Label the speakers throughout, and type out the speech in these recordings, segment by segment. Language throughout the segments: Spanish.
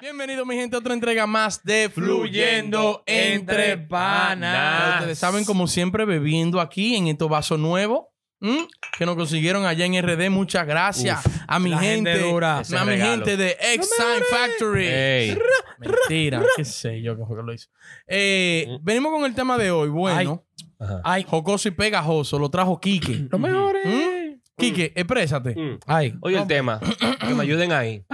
Speaker 1: Bienvenido mi gente a otra entrega más de Fluyendo entre Panas. Ya Ustedes saben, como siempre, bebiendo aquí en estos vasos nuevos ¿m? que nos consiguieron allá en RD. Muchas gracias a mi
Speaker 2: la gente
Speaker 1: gente,
Speaker 2: dura.
Speaker 1: a mi gente de X Sign Factory.
Speaker 2: Ey.
Speaker 1: Eh, Mentira, qué sé yo qué fue que lo hizo. Eh, Venimos con el tema de hoy. Bueno,
Speaker 2: Ay,
Speaker 1: jocoso y pegajoso, lo trajo Quique.
Speaker 2: lo mejor es.
Speaker 1: ¿Mm? Quique, exprésate.
Speaker 2: Ay.
Speaker 3: Oye, el tema. Que me ayuden ahí.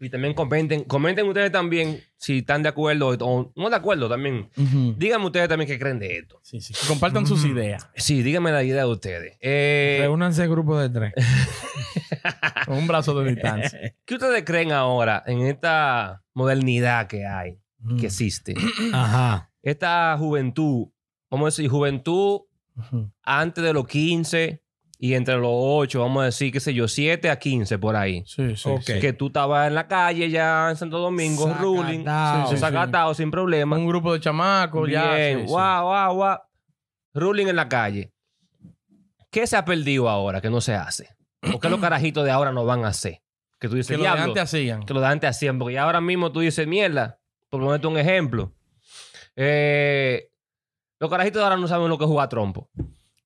Speaker 3: Y también comenten. Comenten ustedes también si están de acuerdo o no de acuerdo también.
Speaker 1: Ujú.
Speaker 3: Díganme ustedes también qué creen de esto.
Speaker 1: Sí, sí. que Compartan sus ideas.
Speaker 3: Sí, díganme la idea de ustedes. Eh,
Speaker 2: Reúnanse grupo de tres.
Speaker 1: Con un brazo de distancia.
Speaker 3: ¿Qué ustedes creen ahora en esta modernidad que hay, que existe?
Speaker 2: Mm. Ajá.
Speaker 3: Esta juventud, vamos a decir, juventud
Speaker 1: Ujú.
Speaker 3: antes de los 15 y entre los 8, vamos a decir, qué sé yo, 7 a 15 por ahí.
Speaker 1: Sí, sí.
Speaker 2: Ok.
Speaker 1: sí.
Speaker 3: Que tú estabas en la calle ya en Santo Domingo,
Speaker 2: Sacatao.
Speaker 3: ruling,
Speaker 2: Sí,
Speaker 1: sí,
Speaker 3: sacatao, sin problema.
Speaker 1: un grupo de chamacos ya.
Speaker 3: Bien,
Speaker 1: sí, sí.
Speaker 3: guau, guau, guau. Ruling en la calle. ¿Qué se ha perdido ahora que no se hace? ¿O qué los carajitos de ahora no van a hacer? Que tú dices,
Speaker 1: Que lo de
Speaker 3: diablo,
Speaker 1: antes hacían.
Speaker 3: que lo de antes hacían. Porque ya ahora mismo tú dices, mierda, por ponerte un ejemplo. Eh, los carajitos de ahora no saben lo que es jugar trompo.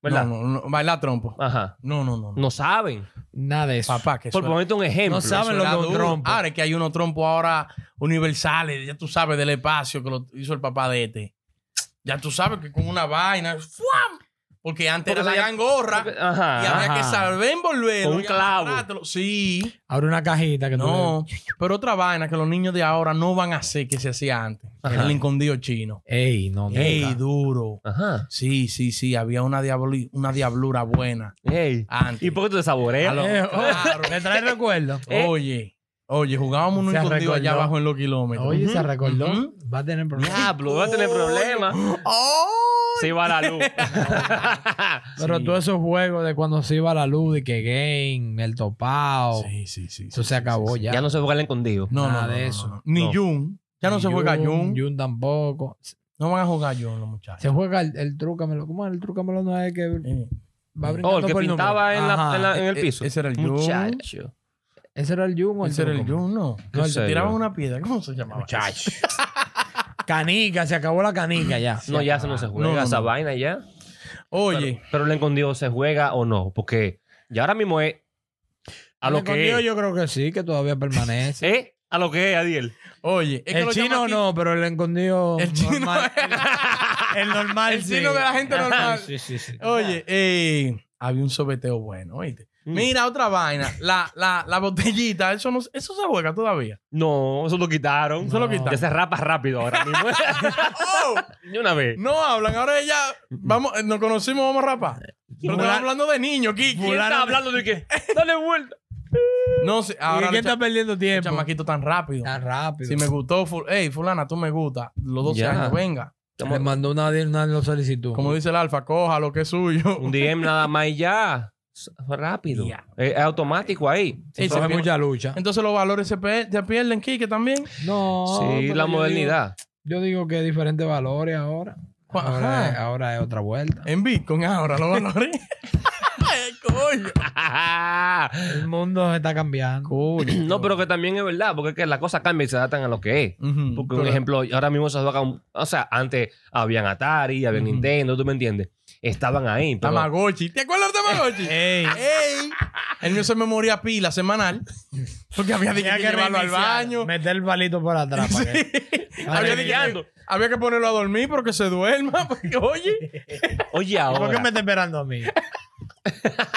Speaker 3: ¿Verdad?
Speaker 1: No, no, no, bailar trompo.
Speaker 3: Ajá.
Speaker 1: No, no, no. no.
Speaker 3: No saben.
Speaker 2: Nada de eso.
Speaker 1: Papá, que
Speaker 3: Por
Speaker 1: eso era-
Speaker 3: ponerte un ejemplo.
Speaker 2: No saben
Speaker 1: eso
Speaker 2: lo
Speaker 1: era
Speaker 2: que es un
Speaker 1: duro. Ah,
Speaker 2: trompo.
Speaker 1: Ahora es que hay unos trompos ahora universales, ya tú sabes, del espacio que lo hizo el papá de este. Ya tú sabes que con una vaina. ¡fuam! Porque antes
Speaker 3: Porque
Speaker 1: era la
Speaker 3: se llama-
Speaker 1: gran gorra.
Speaker 3: Porque-
Speaker 1: y ahora
Speaker 3: Ajá.
Speaker 2: ajá.
Speaker 1: que saber envolverlo.
Speaker 3: Con un
Speaker 1: y
Speaker 3: clavo.
Speaker 1: amarrártelo. Sí.
Speaker 2: Abre una cajita que tú
Speaker 1: No. Pero otra vaina que los niños de ahora no van a hacer que se hacía antes.
Speaker 3: Ajá.
Speaker 1: El encondido chino.
Speaker 2: le- Ey, no, nunca.
Speaker 1: Ey, duro.
Speaker 3: Ajá.
Speaker 1: Sí, sí, sí. Había una, diabli- una diablura buena
Speaker 3: Ey.
Speaker 1: antes.
Speaker 3: ¿Y por qué tú te
Speaker 1: A
Speaker 3: saboreas?
Speaker 1: lo-
Speaker 2: Eh, oh.
Speaker 1: claro.
Speaker 2: ¿Me trae recuerdo?
Speaker 3: Eh.
Speaker 1: Oye, oye, jugábamos un
Speaker 2: Se
Speaker 1: escondido allá
Speaker 2: recordó.
Speaker 1: abajo en los kilómetros.
Speaker 2: Oye,
Speaker 1: Ujú,
Speaker 2: se recordó.
Speaker 1: ujú.
Speaker 2: Va a tener problemas.
Speaker 3: Diablo, va a tener problemas.
Speaker 1: ¡Oh!
Speaker 3: Se va la luz.
Speaker 2: Pero
Speaker 1: Ah, Sí.
Speaker 2: todos esos juegos de cuando se iba la luz, de que game, el topao,
Speaker 1: Sí, sí, sí.
Speaker 2: Oh. eso
Speaker 1: sí, sí,
Speaker 2: se acabó
Speaker 1: sí, sí.
Speaker 2: ya.
Speaker 3: Ya no se juega el escondido.
Speaker 1: No,
Speaker 2: Nada
Speaker 1: no, no,
Speaker 2: de
Speaker 1: no,
Speaker 2: eso.
Speaker 1: no, no. Ni
Speaker 3: No.
Speaker 1: Jun. Ya no se juega Jun.
Speaker 2: Yun tampoco.
Speaker 1: No van a jugar Jun los muchachos.
Speaker 2: Se juega el, el trúcamelo. ¿Cómo es el trúcamelo? No es que
Speaker 1: Eh, Oh,
Speaker 2: va
Speaker 3: Oh,
Speaker 2: brincando
Speaker 3: el que
Speaker 2: por número.
Speaker 3: pintaba en, la-
Speaker 2: Ajá.
Speaker 3: en la- en el
Speaker 1: eh,
Speaker 3: piso.
Speaker 1: Ese era el Jun.
Speaker 3: Muchacho.
Speaker 2: ¿Ese era el Yun o el
Speaker 1: Ese era el
Speaker 2: trúcamelo?
Speaker 1: Jun, no.
Speaker 3: ¿Qué
Speaker 1: No, el
Speaker 3: sé
Speaker 1: que tiraba
Speaker 3: yo?
Speaker 1: una piedra. ¿Cómo se llamaba?
Speaker 2: Muchacho. canica, se acabó la canica ya.
Speaker 3: No, ya se no se juega
Speaker 1: No, no,
Speaker 3: esa
Speaker 1: no.
Speaker 3: vaina ya.
Speaker 1: Oye,
Speaker 3: Pero el escondido se juega o no. Porque ya ahora mismo es. A
Speaker 2: El
Speaker 3: lo que
Speaker 2: escondido
Speaker 3: es.
Speaker 2: Yo creo que sí, que todavía permanece.
Speaker 3: ¿Eh? A lo que es, Adiel.
Speaker 1: oye. es que
Speaker 2: el
Speaker 1: los
Speaker 2: chino
Speaker 1: chamaqui-
Speaker 2: no, pero el escondido.
Speaker 1: El chino.
Speaker 2: normal- el, el normal.
Speaker 1: El
Speaker 2: sí.
Speaker 1: chino de la gente
Speaker 2: Ajá,
Speaker 1: normal.
Speaker 2: Sí, sí, sí.
Speaker 1: Oye, eh, había un sobeteo bueno, oíste.
Speaker 3: Mm.
Speaker 1: Mira, otra vaina. La, la, la botellita, eso, no, eso se juega todavía.
Speaker 3: No, eso lo quitaron.
Speaker 1: Eso lo quitaron.
Speaker 3: Ya se rapa rápido ahora mismo.
Speaker 1: ¡Oh!
Speaker 3: De una vez.
Speaker 1: No hablan, ahora ya vamos, eh, nos conocimos, vamos a rapar. Pero estamos
Speaker 2: Fula-
Speaker 1: hablando de niños, Kiki.
Speaker 3: ¿Quién está hablando de qué? Dale vuelta.
Speaker 1: No sé, ahora
Speaker 2: ¿Y
Speaker 1: los
Speaker 2: quién
Speaker 1: cha-
Speaker 2: está perdiendo
Speaker 1: los
Speaker 2: tiempo?
Speaker 1: chamaquitos tan rápido.
Speaker 2: Tan rápido.
Speaker 1: Si me gustó, ful- hey, fulana, tú me gustas. Los 12
Speaker 3: Ya.
Speaker 1: años, venga.
Speaker 2: me mandó una, una, una solicitud.
Speaker 1: Como dice el alfa, coja lo que es suyo.
Speaker 3: Un DM nada más y ya. S- Rápido. Eh,
Speaker 1: Ya.
Speaker 3: Es, es automático ahí.
Speaker 1: Sí,
Speaker 2: Sí,
Speaker 1: se
Speaker 2: se
Speaker 1: pierde.
Speaker 2: mucha lucha.
Speaker 1: Entonces los valores se, pe- se pierden, Kike, también.
Speaker 2: No.
Speaker 3: sí,
Speaker 2: pero
Speaker 3: la
Speaker 2: yo
Speaker 3: modernidad.
Speaker 2: digo- Yo digo, que hay diferentes valores ahora.
Speaker 1: Ajá.
Speaker 2: Ahora, es- ahora es otra vuelta.
Speaker 1: En Bitcoin ahora los valores. Ay, coño.
Speaker 2: El mundo se está cambiando.
Speaker 1: Coño.
Speaker 3: no, pero que también es verdad, porque es que las cosas cambian y se adaptan a lo que es.
Speaker 1: Ujú.
Speaker 3: Porque, un
Speaker 1: Pero-
Speaker 3: ejemplo, ahora mismo se juega un- O sea, antes habían Atari, había
Speaker 1: Ujú.
Speaker 3: Nintendo, ¿tú me entiendes? Estaban ahí. Pero,
Speaker 1: Tamagotchi. ¿Te acuerdas del Tamagotchi?
Speaker 2: Ey.
Speaker 1: ¡Ey! El mío se me moría pila semanal. Porque había de que,
Speaker 2: Tenía que
Speaker 1: llevarlo al
Speaker 2: reiniciar,
Speaker 1: baño.
Speaker 2: Meter el palito para atrás. para que- para
Speaker 1: Había,
Speaker 2: que-
Speaker 1: de
Speaker 3: Ando.
Speaker 1: que, había que ponerlo a dormir porque se duerma. Porque, oye,
Speaker 3: Oye,
Speaker 2: ¿Por
Speaker 3: ahora.
Speaker 2: qué me está esperando a mí?
Speaker 3: juega-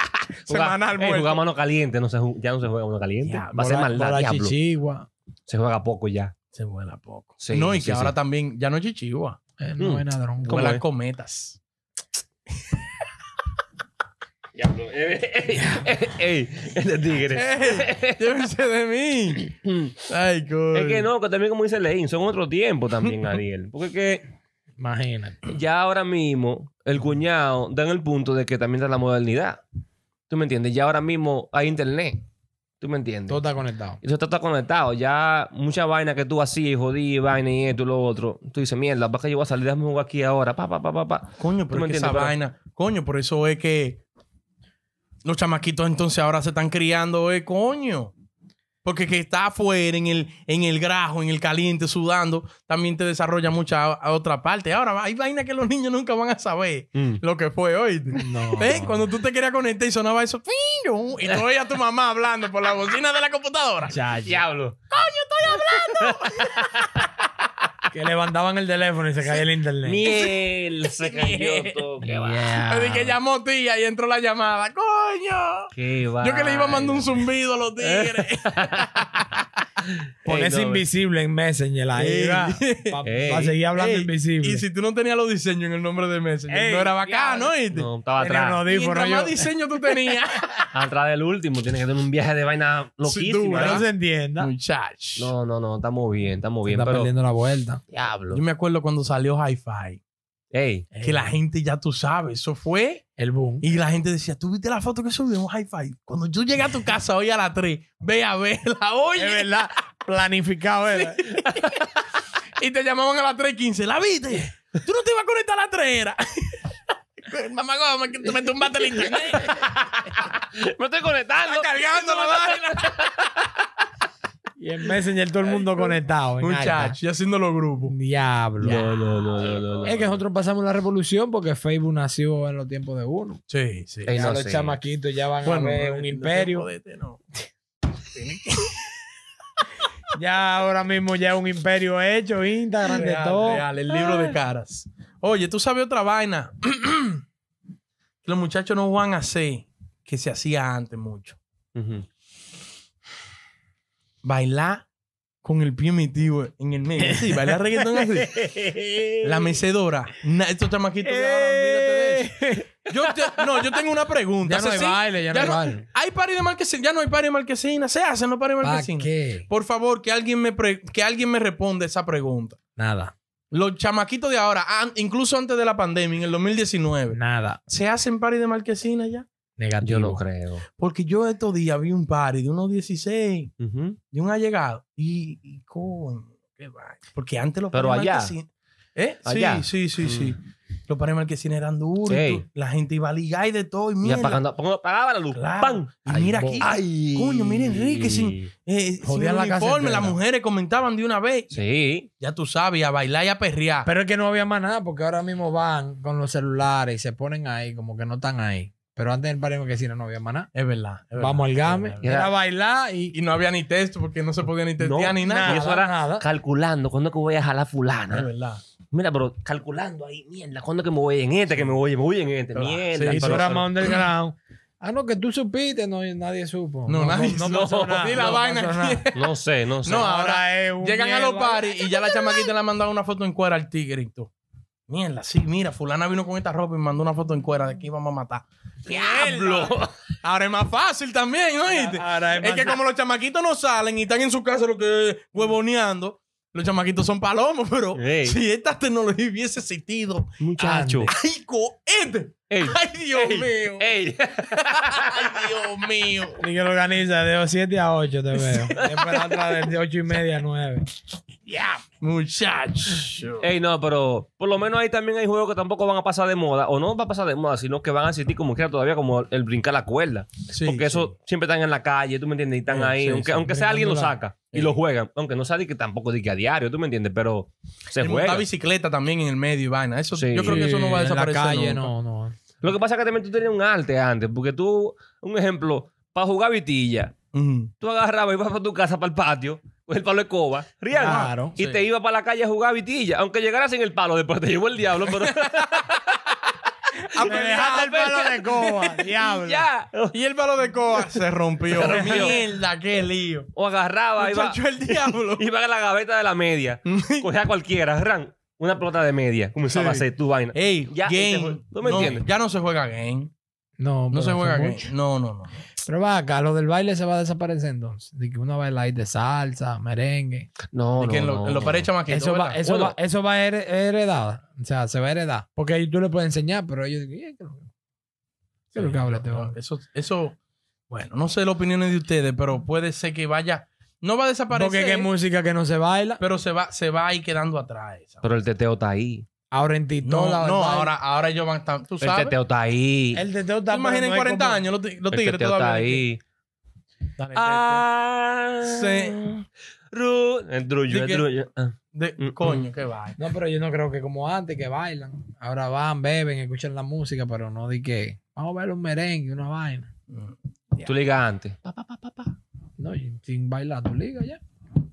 Speaker 1: semanal
Speaker 3: Ey,
Speaker 1: muerto.
Speaker 3: juega mano caliente, no se ju- ya no se juega mano caliente. Va a ser
Speaker 2: Bola-
Speaker 3: maldad,
Speaker 2: bola
Speaker 3: diablo.
Speaker 2: chichigua.
Speaker 3: Se juega poco ya.
Speaker 1: Se vuela poco.
Speaker 3: Sí,
Speaker 1: no, y
Speaker 3: sí,
Speaker 1: que
Speaker 3: sí.
Speaker 1: ahora también ya no es chichigua.
Speaker 2: Eh, no
Speaker 3: Mm.
Speaker 2: es ladrón.
Speaker 3: ¿Cómo
Speaker 1: Vuela
Speaker 3: es?
Speaker 1: cometas.
Speaker 3: Diablo. Ey, este tigre. Mm.
Speaker 1: ¡Ey! ¡Llévense de mí!
Speaker 3: Es
Speaker 1: ¡Ay, coño!
Speaker 3: que no, que también como dice Leín, son otro tiempo también, Ariel. Porque es que
Speaker 2: Imagínate.
Speaker 3: ya ahora mismo el cuñado da en el punto de que también está la modernidad. ¿Tú me entiendes? Ya ahora mismo hay internet. ¿Tú me
Speaker 2: Todo
Speaker 3: entiendes?
Speaker 2: está conectado.
Speaker 3: Y eso está, está conectado. Ya mucha vaina que tú hacías, jodí, vaina y esto y lo otro. Tú dices, mierda, ¿para qué yo voy a salir? Déjame jugar aquí ahora. Pa, pa, pa, pa, pa.
Speaker 1: Coño, pero
Speaker 3: me
Speaker 1: es que
Speaker 3: entiendes,
Speaker 1: esa
Speaker 3: pero-
Speaker 1: vaina. Coño, por eso es que los chamaquitos entonces ahora se están criando, eh, coño. Porque que está afuera, en el, en el grajo, en el caliente, sudando, también te desarrolla mucha a- otra parte. Ahora, hay vainas que los niños nunca van a saber
Speaker 2: Mm.
Speaker 1: lo que fue hoy.
Speaker 2: No.
Speaker 1: Cuando tú te querías conectar y sonaba eso, "Fiu", y tú oías a tu mamá hablando por la bocina de la computadora.
Speaker 2: Chacho,
Speaker 3: Diablo.
Speaker 2: que levantaban el teléfono y se caía el internet.
Speaker 3: Miel. Se cayó todo. Qué va.
Speaker 2: Ah.
Speaker 1: Así que llamó tía y entró la llamada. ¡Coño!
Speaker 3: Qué va.
Speaker 1: Yo que le iba a mandar un zumbido a los tigres.
Speaker 2: Ponerse
Speaker 3: Ey, no,
Speaker 2: invisible en Messenger ahí.
Speaker 1: Ey.
Speaker 2: Para
Speaker 3: Ey.
Speaker 2: seguir hablando
Speaker 1: Ey,
Speaker 2: invisible.
Speaker 1: Y si tú no tenías los diseños en el nombre de Messenger,
Speaker 2: Ey,
Speaker 1: no era bacano, ¿oíste?
Speaker 3: No, estaba
Speaker 2: Tenía
Speaker 3: atrás.
Speaker 2: unos
Speaker 1: Y mientras
Speaker 2: audífonos,
Speaker 1: más
Speaker 2: yo-
Speaker 1: diseño tú tenías.
Speaker 3: Atrás del último. Tiene que tener un viaje de vaina loquísimo.
Speaker 1: dura,
Speaker 2: Para que
Speaker 3: ¿verdad?
Speaker 2: no se entienda.
Speaker 1: Muchachos.
Speaker 3: No, no, no. Estamos bien, estamos
Speaker 2: Se
Speaker 3: bien.
Speaker 2: está
Speaker 3: pero.
Speaker 2: perdiendo la vuelta.
Speaker 3: Diablo.
Speaker 1: Yo me acuerdo cuando salió Hi-Fi,
Speaker 3: Ey.
Speaker 1: que la gente ya tú sabes, eso fue.
Speaker 2: El boom.
Speaker 1: Y la gente decía, ¿tú viste la foto que subimos Hi-Fi? Cuando yo llegué a tu casa hoy a las 3, ve a verla,
Speaker 2: Es
Speaker 1: oye.
Speaker 2: verdad. Planificado era.
Speaker 1: Y te llamaban a las 3.15, ¿la viste? Tú no te ibas a conectar a las 3, era. Mamá, goma, que tú me tumbaste el internet.
Speaker 3: Me estoy conectando.
Speaker 1: cargando la vaina.
Speaker 2: Y en Messenger todo el mundo conectado. en
Speaker 1: Muchachos, y haciendo los grupos.
Speaker 2: iPad. Diablo.
Speaker 3: No, no, no, no, no. no.
Speaker 2: Es que nosotros pasamos la revolución porque Facebook nació en los tiempos de uno.
Speaker 1: Sí, sí.
Speaker 3: Ey,
Speaker 2: Ya
Speaker 3: no
Speaker 2: los
Speaker 3: sé.
Speaker 2: chamaquitos ya van a ver un imperio. Ya ahora mismo ya es un imperio hecho, Instagram de todo.
Speaker 1: el libro de caras. Oye, tú sabes otra vaina. Que los muchachos no van a hacer que se hacía antes mucho.
Speaker 3: Ujú.
Speaker 1: Bailar con el pie metido en el medio. Sí, bailar reggaetón así. La mecedora. Na- estos chamaquitos de ahora,
Speaker 2: Eh.
Speaker 1: olvídate de eso. Yo te- no, yo tengo una pregunta.
Speaker 2: Ya no hay
Speaker 1: Asesín-
Speaker 2: baile, ya no hay baile.
Speaker 1: Hay party de marquesina, ya no hay party de marquesina. Se hacen los party de
Speaker 2: ¿Para
Speaker 1: marquesina.
Speaker 2: qué?
Speaker 1: Por favor, que alguien me, pre- que alguien me responda esa pregunta.
Speaker 2: Nada.
Speaker 1: Los chamaquitos de ahora, an- incluso antes de la pandemia, en el 2019,
Speaker 2: Nada.
Speaker 1: ¿se hacen party de marquesina ya?
Speaker 2: Negativo.
Speaker 3: Yo no creo.
Speaker 1: Porque yo estos días vi un party de unos 16,
Speaker 3: Ujú.
Speaker 1: de un allegado. Y, y coño, qué vaina. Porque antes los
Speaker 3: Pero
Speaker 1: party
Speaker 3: allá.
Speaker 1: marquesina- ¿Eh?
Speaker 3: Allá.
Speaker 1: Sí, sí, sí, sí.
Speaker 2: Mm.
Speaker 1: Los party marquesina eran duros. y
Speaker 3: Ey.
Speaker 1: tú- La gente iba a ligar y de todo. Y
Speaker 3: Ya
Speaker 1: mierda.
Speaker 3: apagando. pongo- Apagaba la luz.
Speaker 1: Claro.
Speaker 3: ¡Pam!
Speaker 1: Y mira
Speaker 2: Ay,
Speaker 1: aquí.
Speaker 3: Ay.
Speaker 1: Coño, mira Enrique sin- eh, sin
Speaker 2: Jodían la casa
Speaker 1: uniforme, las
Speaker 2: entera.
Speaker 1: mujeres comentaban de una vez.
Speaker 3: Sí.
Speaker 1: Ya tú sabes, a bailar y a perrear.
Speaker 2: Pero es que no había más nada porque ahora mismo van con los celulares y se ponen ahí como que no están ahí. Pero antes del parque marquesina no había más nada.
Speaker 1: Es verdad. es
Speaker 2: Vamos al
Speaker 1: verdad,
Speaker 2: game.
Speaker 1: es verdad.
Speaker 2: Era a bailar y,
Speaker 1: Y no había ni texto porque no se podía ni textear
Speaker 3: No,
Speaker 1: ni
Speaker 2: nada,
Speaker 1: nada.
Speaker 3: Y eso era-
Speaker 2: nada.
Speaker 3: Calculando. ¿Cuándo que voy a jalar
Speaker 1: Es
Speaker 3: fulana?
Speaker 1: verdad.
Speaker 3: Mira, pero calculando ahí. Mierda. ¿Cuándo que me voy en este? Que me voy, me voy en este.
Speaker 1: Claro.
Speaker 3: Mierda.
Speaker 1: Sí,
Speaker 2: Y
Speaker 1: eso
Speaker 2: tú
Speaker 3: pero-
Speaker 2: eras más underground. Ah, no, que tú supiste, no, nadie supo.
Speaker 1: No, nadie supo.
Speaker 2: pasó nada,
Speaker 1: Ni la
Speaker 2: no
Speaker 1: vaina.
Speaker 2: pasó nada.
Speaker 3: No sé, no sé.
Speaker 1: No, ahora
Speaker 2: es un
Speaker 1: Llegan a los
Speaker 2: mierda.
Speaker 1: pares y ya la chamaquita le ha mandado una foto en cuera al tigre y todo. Mierda, sí, mira, fulana vino con esta ropa y mandó una foto en cuera de que íbamos a matar.
Speaker 3: ¡Diablo!
Speaker 1: Ahora es más fácil también, ¿no viste?
Speaker 2: Ahora
Speaker 1: Es que como los chamaquitos no salen y están en su casa lo que huevoneando, los chamaquitos son palomos, pero
Speaker 3: Ey.
Speaker 1: si esta tecnología hubiese existido,
Speaker 3: Muchacho.
Speaker 1: ¡ay, cohete!
Speaker 3: Ey.
Speaker 1: ¡Ay, Dios mío!
Speaker 3: ¡Ey!
Speaker 1: ¡Ay, Dios mío!
Speaker 2: Ni que lo organiza de 7 a 8 te veo. Después la otra de 8 y media a 9.
Speaker 1: Ya, muchacho.
Speaker 3: Ey, no, pero por lo menos ahí también hay juegos que tampoco van a pasar de moda. O no va a pasar de moda, sino que van a existir como quiera todavía, como el brincar la cuerda.
Speaker 1: Sí,
Speaker 3: Porque eso siempre están en la calle, tú me entiendes, y están
Speaker 1: Sí,
Speaker 3: ahí.
Speaker 1: sí,
Speaker 3: aunque
Speaker 1: sí.
Speaker 3: aunque sea alguien lo
Speaker 2: Brincando
Speaker 3: saca y lo juegan. Aunque no sea de que tampoco de que a diario, tú me entiendes, pero se
Speaker 1: Y
Speaker 3: juega.
Speaker 1: montar bicicleta también en el medio y vaina. Eso,
Speaker 3: Sí.
Speaker 1: Yo creo que eso no va a
Speaker 2: en la
Speaker 1: desaparecer.
Speaker 2: calle,
Speaker 1: nunca.
Speaker 2: no, no.
Speaker 3: Lo que pasa es que también tú tenías un arte antes, porque tú, un ejemplo, para jugar vitilla,
Speaker 1: Ujú.
Speaker 3: tú agarrabas y ibas para tu casa, para el patio, con el palo de coba, real,
Speaker 2: Claro,
Speaker 3: y
Speaker 1: sí.
Speaker 3: te ibas para la calle a jugar vitilla, aunque llegaras en el palo, después te llevó el diablo, pero
Speaker 2: Me dejaste el palo de coba, diablo.
Speaker 3: ya.
Speaker 1: Y el palo de coa se rompió. Mierda, qué lío.
Speaker 3: O agarraba, iba,
Speaker 1: Muchacho, el diablo.
Speaker 3: iba a la gaveta de la media, cogía a cualquiera, ran, una pelota de media, comenzaba
Speaker 1: Sí.
Speaker 3: a hacer tu vaina.
Speaker 1: Ey,
Speaker 3: Ya, este
Speaker 1: game.
Speaker 3: jue- ¿tú me entiendes?
Speaker 1: Ya no se juega game.
Speaker 2: No,
Speaker 1: No
Speaker 2: pero
Speaker 1: se juega
Speaker 2: hace
Speaker 1: game.
Speaker 2: mucho.
Speaker 1: No, no, no.
Speaker 2: Pero va acá, lo del baile se va a desaparecer entonces. De que uno baila ahí de salsa, merengue.
Speaker 3: No,
Speaker 1: Y que en lo- en los pares chamaquitos,
Speaker 2: Eso va,
Speaker 1: ¿verdad?
Speaker 2: eso,
Speaker 3: Bueno.
Speaker 2: va, eso va a her- heredar. O sea, se va a heredar. Porque ahí tú le puedes enseñar, pero ellos dicen, "Eh, ¿qué es lo que- qué es lo que habla este hombre?"
Speaker 1: Eso, eso, bueno, no sé las opiniones de ustedes, pero puede ser que vaya. No va a
Speaker 2: Porque
Speaker 1: desaparecer.
Speaker 2: qué música que no se baila.
Speaker 1: pero se va, se va a ir quedando atrás. esa.
Speaker 3: Pero el teteo está ahí.
Speaker 2: Ahora en TikTok.
Speaker 1: No,
Speaker 2: la
Speaker 1: no,
Speaker 2: verdad,
Speaker 1: ahora, ahora ellos van a estar. Tú
Speaker 3: El
Speaker 1: sabes.
Speaker 3: teteo está ahí.
Speaker 2: El teteo está
Speaker 1: ¿Te imaginas
Speaker 2: pero
Speaker 1: en
Speaker 2: no es
Speaker 1: 40
Speaker 2: como-
Speaker 1: años los, ti- los
Speaker 3: El
Speaker 1: tigres
Speaker 3: teteo está
Speaker 1: todavía?
Speaker 3: ahí.
Speaker 1: Dale,
Speaker 3: Ah,
Speaker 1: Sí.
Speaker 3: Ru. Es Drullo,
Speaker 1: Di
Speaker 3: es
Speaker 1: que-
Speaker 3: Drullo. Ah.
Speaker 1: de-
Speaker 3: Mm,
Speaker 1: coño, qué vaina.
Speaker 2: No, pero yo no creo que como antes que bailan. Ahora van, beben, escuchan la música, pero no di que vamos a ver un merengue, una vaina.
Speaker 1: Mm.
Speaker 3: Tú ligas antes.
Speaker 1: Pa, pa, pa, pa, pa.
Speaker 2: No, y sin bailar tu liga ya.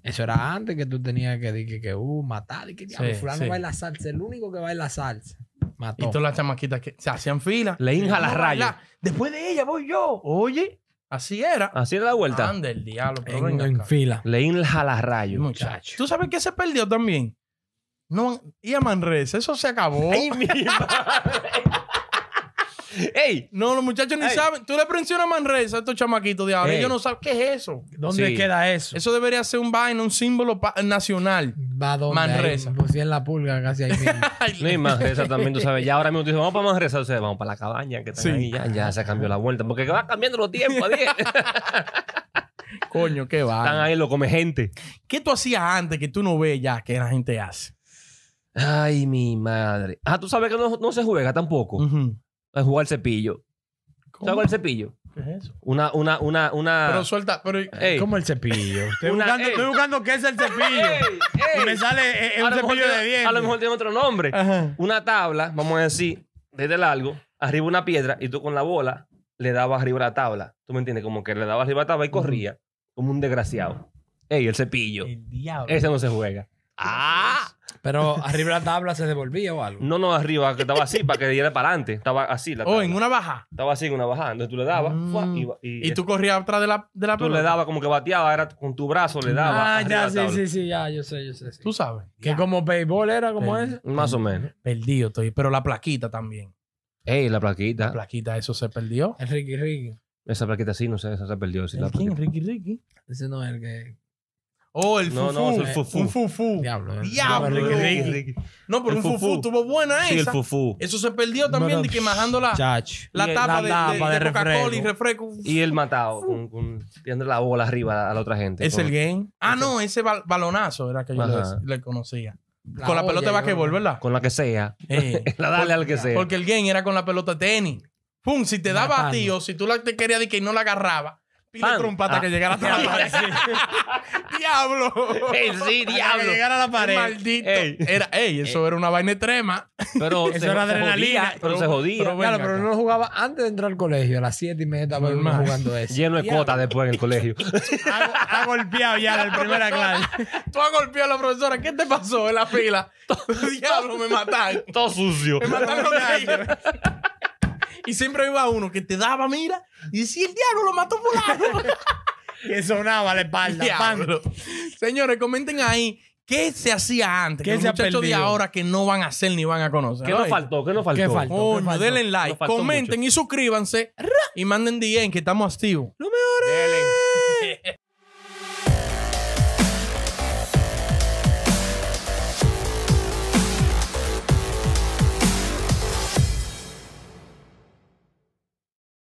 Speaker 2: Eso era antes que tú tenías que di que, que uh, matar, di que diablo,
Speaker 1: Sí,
Speaker 2: fulano
Speaker 1: sí.
Speaker 2: baila salsa, el único que baila salsa.
Speaker 1: Y
Speaker 2: Mató.
Speaker 1: todas las chamaquitas que se hacían fila.
Speaker 3: Le hinja
Speaker 1: Vamos
Speaker 3: las
Speaker 1: a
Speaker 3: rayas.
Speaker 1: bailar. Después de ella voy yo. Oye, así era.
Speaker 3: Así era la vuelta.
Speaker 1: Anda el diablo, pero
Speaker 2: en,
Speaker 1: venga
Speaker 2: en
Speaker 1: acá.
Speaker 2: fila.
Speaker 3: Le hinja las rayas.
Speaker 1: Muchacho. ¿Tú sabes qué se perdió también? No, y a Manresa, eso se acabó.
Speaker 3: ¡Ay, mi madre! ¡Ey!
Speaker 1: No, los muchachos ni
Speaker 3: Ey.
Speaker 1: saben. Tú le presionas a Manresa a estos chamaquitos de ahora.
Speaker 3: Ey.
Speaker 1: Ellos no saben qué es eso.
Speaker 2: ¿Dónde
Speaker 3: Sí.
Speaker 2: queda eso?
Speaker 1: Eso debería ser un vaina, un símbolo pa- nacional.
Speaker 2: Va donde
Speaker 1: Manresa.
Speaker 2: ahí, pues, sí, en la pulga casi ahí mismo.
Speaker 3: No, y Manresa también, tú sabes. Ya ahora mismo tú dices, vamos para Manresa. O sea, vamos para la cabaña que está
Speaker 1: Sí.
Speaker 3: ahí. Ya, ya se cambió la vuelta. Porque va cambiando los tiempos, ¿sí?
Speaker 1: Coño, qué
Speaker 3: Están
Speaker 1: vaina.
Speaker 3: ahí, lo come gente.
Speaker 1: ¿Qué tú hacías antes que tú no ves ya que la gente hace?
Speaker 3: Ay, mi madre. Ah, tú sabes que no, no se juega tampoco.
Speaker 1: Ujú.
Speaker 3: Es jugar cepillo. ¿Sabes cuál es el cepillo?
Speaker 1: ¿Qué es eso?
Speaker 3: Una, una, una, una.
Speaker 1: Pero suelta, pero... e.
Speaker 3: Ey.
Speaker 2: Como el cepillo. Estoy,
Speaker 3: Una-
Speaker 2: buscando,
Speaker 3: ey.
Speaker 2: estoy buscando qué es el
Speaker 3: ¡Ey!
Speaker 2: cepillo.
Speaker 3: ¡Ey!
Speaker 2: Y me sale eh, eh,
Speaker 3: A
Speaker 2: un
Speaker 3: lo mejor
Speaker 2: cepillo de
Speaker 3: tiene-
Speaker 2: dientes.
Speaker 3: A lo mejor tiene otro nombre.
Speaker 1: Ajá.
Speaker 3: Una tabla, vamos a decir, desde largo, arriba una piedra, y tú con la bola le dabas arriba la tabla. ¿Tú me entiendes? Como que le dabas arriba la tabla y corría como un desgraciado. Ey, el cepillo.
Speaker 1: El diablo.
Speaker 3: Ese no se juega. ¡Ah!
Speaker 2: Pero arriba de la tabla se devolvía o algo.
Speaker 3: No, no, arriba, que estaba así, para que le diera para adelante. Estaba así la
Speaker 1: O
Speaker 3: tabla.
Speaker 1: Oh, en una baja.
Speaker 3: Estaba así, una bajada. Entonces tú le dabas,
Speaker 1: Mm.
Speaker 3: ¡fua! iba- y, este,
Speaker 1: Y tú corrías atrás de la, de la
Speaker 3: tú
Speaker 1: pelota.
Speaker 3: le dabas como que bateaba, era con tu brazo le dabas.
Speaker 2: Ah,
Speaker 3: arriba
Speaker 2: ya,
Speaker 3: la
Speaker 2: sí,
Speaker 3: tabla.
Speaker 2: sí, sí, ya, yo sé, yo sé. sí.
Speaker 1: Tú sabes.
Speaker 2: Que
Speaker 1: Ya,
Speaker 2: como béisbol era como
Speaker 1: Sí.
Speaker 2: eso.
Speaker 3: Más o menos.
Speaker 1: Perdido estoy. Pero la plaquita también.
Speaker 3: Ey, la plaquita.
Speaker 1: La plaquita, eso se perdió.
Speaker 2: El Ricky Ricky.
Speaker 3: Esa plaquita sí, no sé, esa se perdió. Sí,
Speaker 1: ¿El
Speaker 3: la
Speaker 1: quién?
Speaker 3: plaquita.
Speaker 1: Ricky Ricky.
Speaker 2: Ese no es el que.
Speaker 1: Oh, el
Speaker 3: No,
Speaker 1: fufú.
Speaker 3: no, es el fufú.
Speaker 1: Un fufú.
Speaker 2: Diablo. ¿eh?
Speaker 1: Diablo.
Speaker 2: No,
Speaker 1: Ricky,
Speaker 2: Ricky
Speaker 1: Ricky.
Speaker 2: Ricky.
Speaker 1: No, pero
Speaker 3: El
Speaker 1: un fufú.
Speaker 3: fufú.
Speaker 1: Tuvo buena
Speaker 3: Sí, el
Speaker 1: esa.
Speaker 3: fufú.
Speaker 1: Eso se perdió también
Speaker 2: No,
Speaker 1: de que
Speaker 2: no,
Speaker 1: majando la,
Speaker 2: Chacho.
Speaker 1: la
Speaker 2: Y el-
Speaker 1: tapa de,
Speaker 2: tapa
Speaker 1: de- de Coca-Cola y
Speaker 2: refresco.
Speaker 1: refresco.
Speaker 3: Y el matado, con, con- tirándole la bola arriba a la otra gente.
Speaker 1: es
Speaker 3: Con-
Speaker 1: el game. Ah, no, ese bal- balonazo era que yo le,
Speaker 3: Ajá.
Speaker 1: le conocía. con la
Speaker 2: olla,
Speaker 1: pelota de
Speaker 2: yo
Speaker 1: basquetbol,
Speaker 2: creo.
Speaker 1: ¿verdad?
Speaker 3: Con la que sea.
Speaker 1: Eh,
Speaker 3: La dale al que sea.
Speaker 1: porque el game era con la pelota de tenis. Pum, si te daba a ti
Speaker 2: Matando.
Speaker 1: o si tú la te querías de que no la agarraba, pila
Speaker 3: Pan.
Speaker 1: trompa hasta
Speaker 3: Ah.
Speaker 1: que llegara hasta la pared. ¡Diablo!
Speaker 3: Ey, sí,
Speaker 2: Hasta que
Speaker 3: diablo.
Speaker 2: llegara a la
Speaker 1: El
Speaker 2: pared.
Speaker 1: Maldito.
Speaker 3: Ey.
Speaker 1: Era, ey, eso era una vaina extrema.
Speaker 3: Pero
Speaker 2: Eso
Speaker 3: se-
Speaker 2: era
Speaker 3: se
Speaker 2: adrenalina.
Speaker 3: jodía, pero se jodía.
Speaker 1: Pero-
Speaker 2: Claro,
Speaker 1: Venga
Speaker 2: pero
Speaker 1: acá.
Speaker 2: no jugaba antes de entrar al colegio. A las 7 y media estaba uno
Speaker 1: Normal.
Speaker 2: jugando eso.
Speaker 3: Lleno de
Speaker 2: Diablo.
Speaker 3: cuotas después en el colegio.
Speaker 2: Ha, ha golpeado ya la primera clase.
Speaker 1: Tú has golpeado a la profesora. ¿Qué te pasó en la fila? Diablo, me mataron.
Speaker 3: Todo sucio.
Speaker 1: Me mataron los gallos. Y siempre iba uno que te daba, mira, y si el diablo lo mató fulano.
Speaker 2: Que sonaba la espalda. pan.
Speaker 1: Diablo. Señores, comenten ahí qué se hacía antes.
Speaker 2: ¿Qué
Speaker 1: que los
Speaker 2: se ha
Speaker 1: muchachos de
Speaker 2: perdido?
Speaker 1: ahora que no van a hacer ni van a conocer.
Speaker 3: ¿Qué nos
Speaker 1: Ay,
Speaker 3: faltó? ¿Qué nos faltó?
Speaker 2: ¿Qué faltó?
Speaker 1: Coño,
Speaker 2: ¿Qué faltó?
Speaker 1: denle like,
Speaker 3: Nos faltó
Speaker 1: comenten y suscríbanse y manden DM que estamos activos.
Speaker 3: Dele.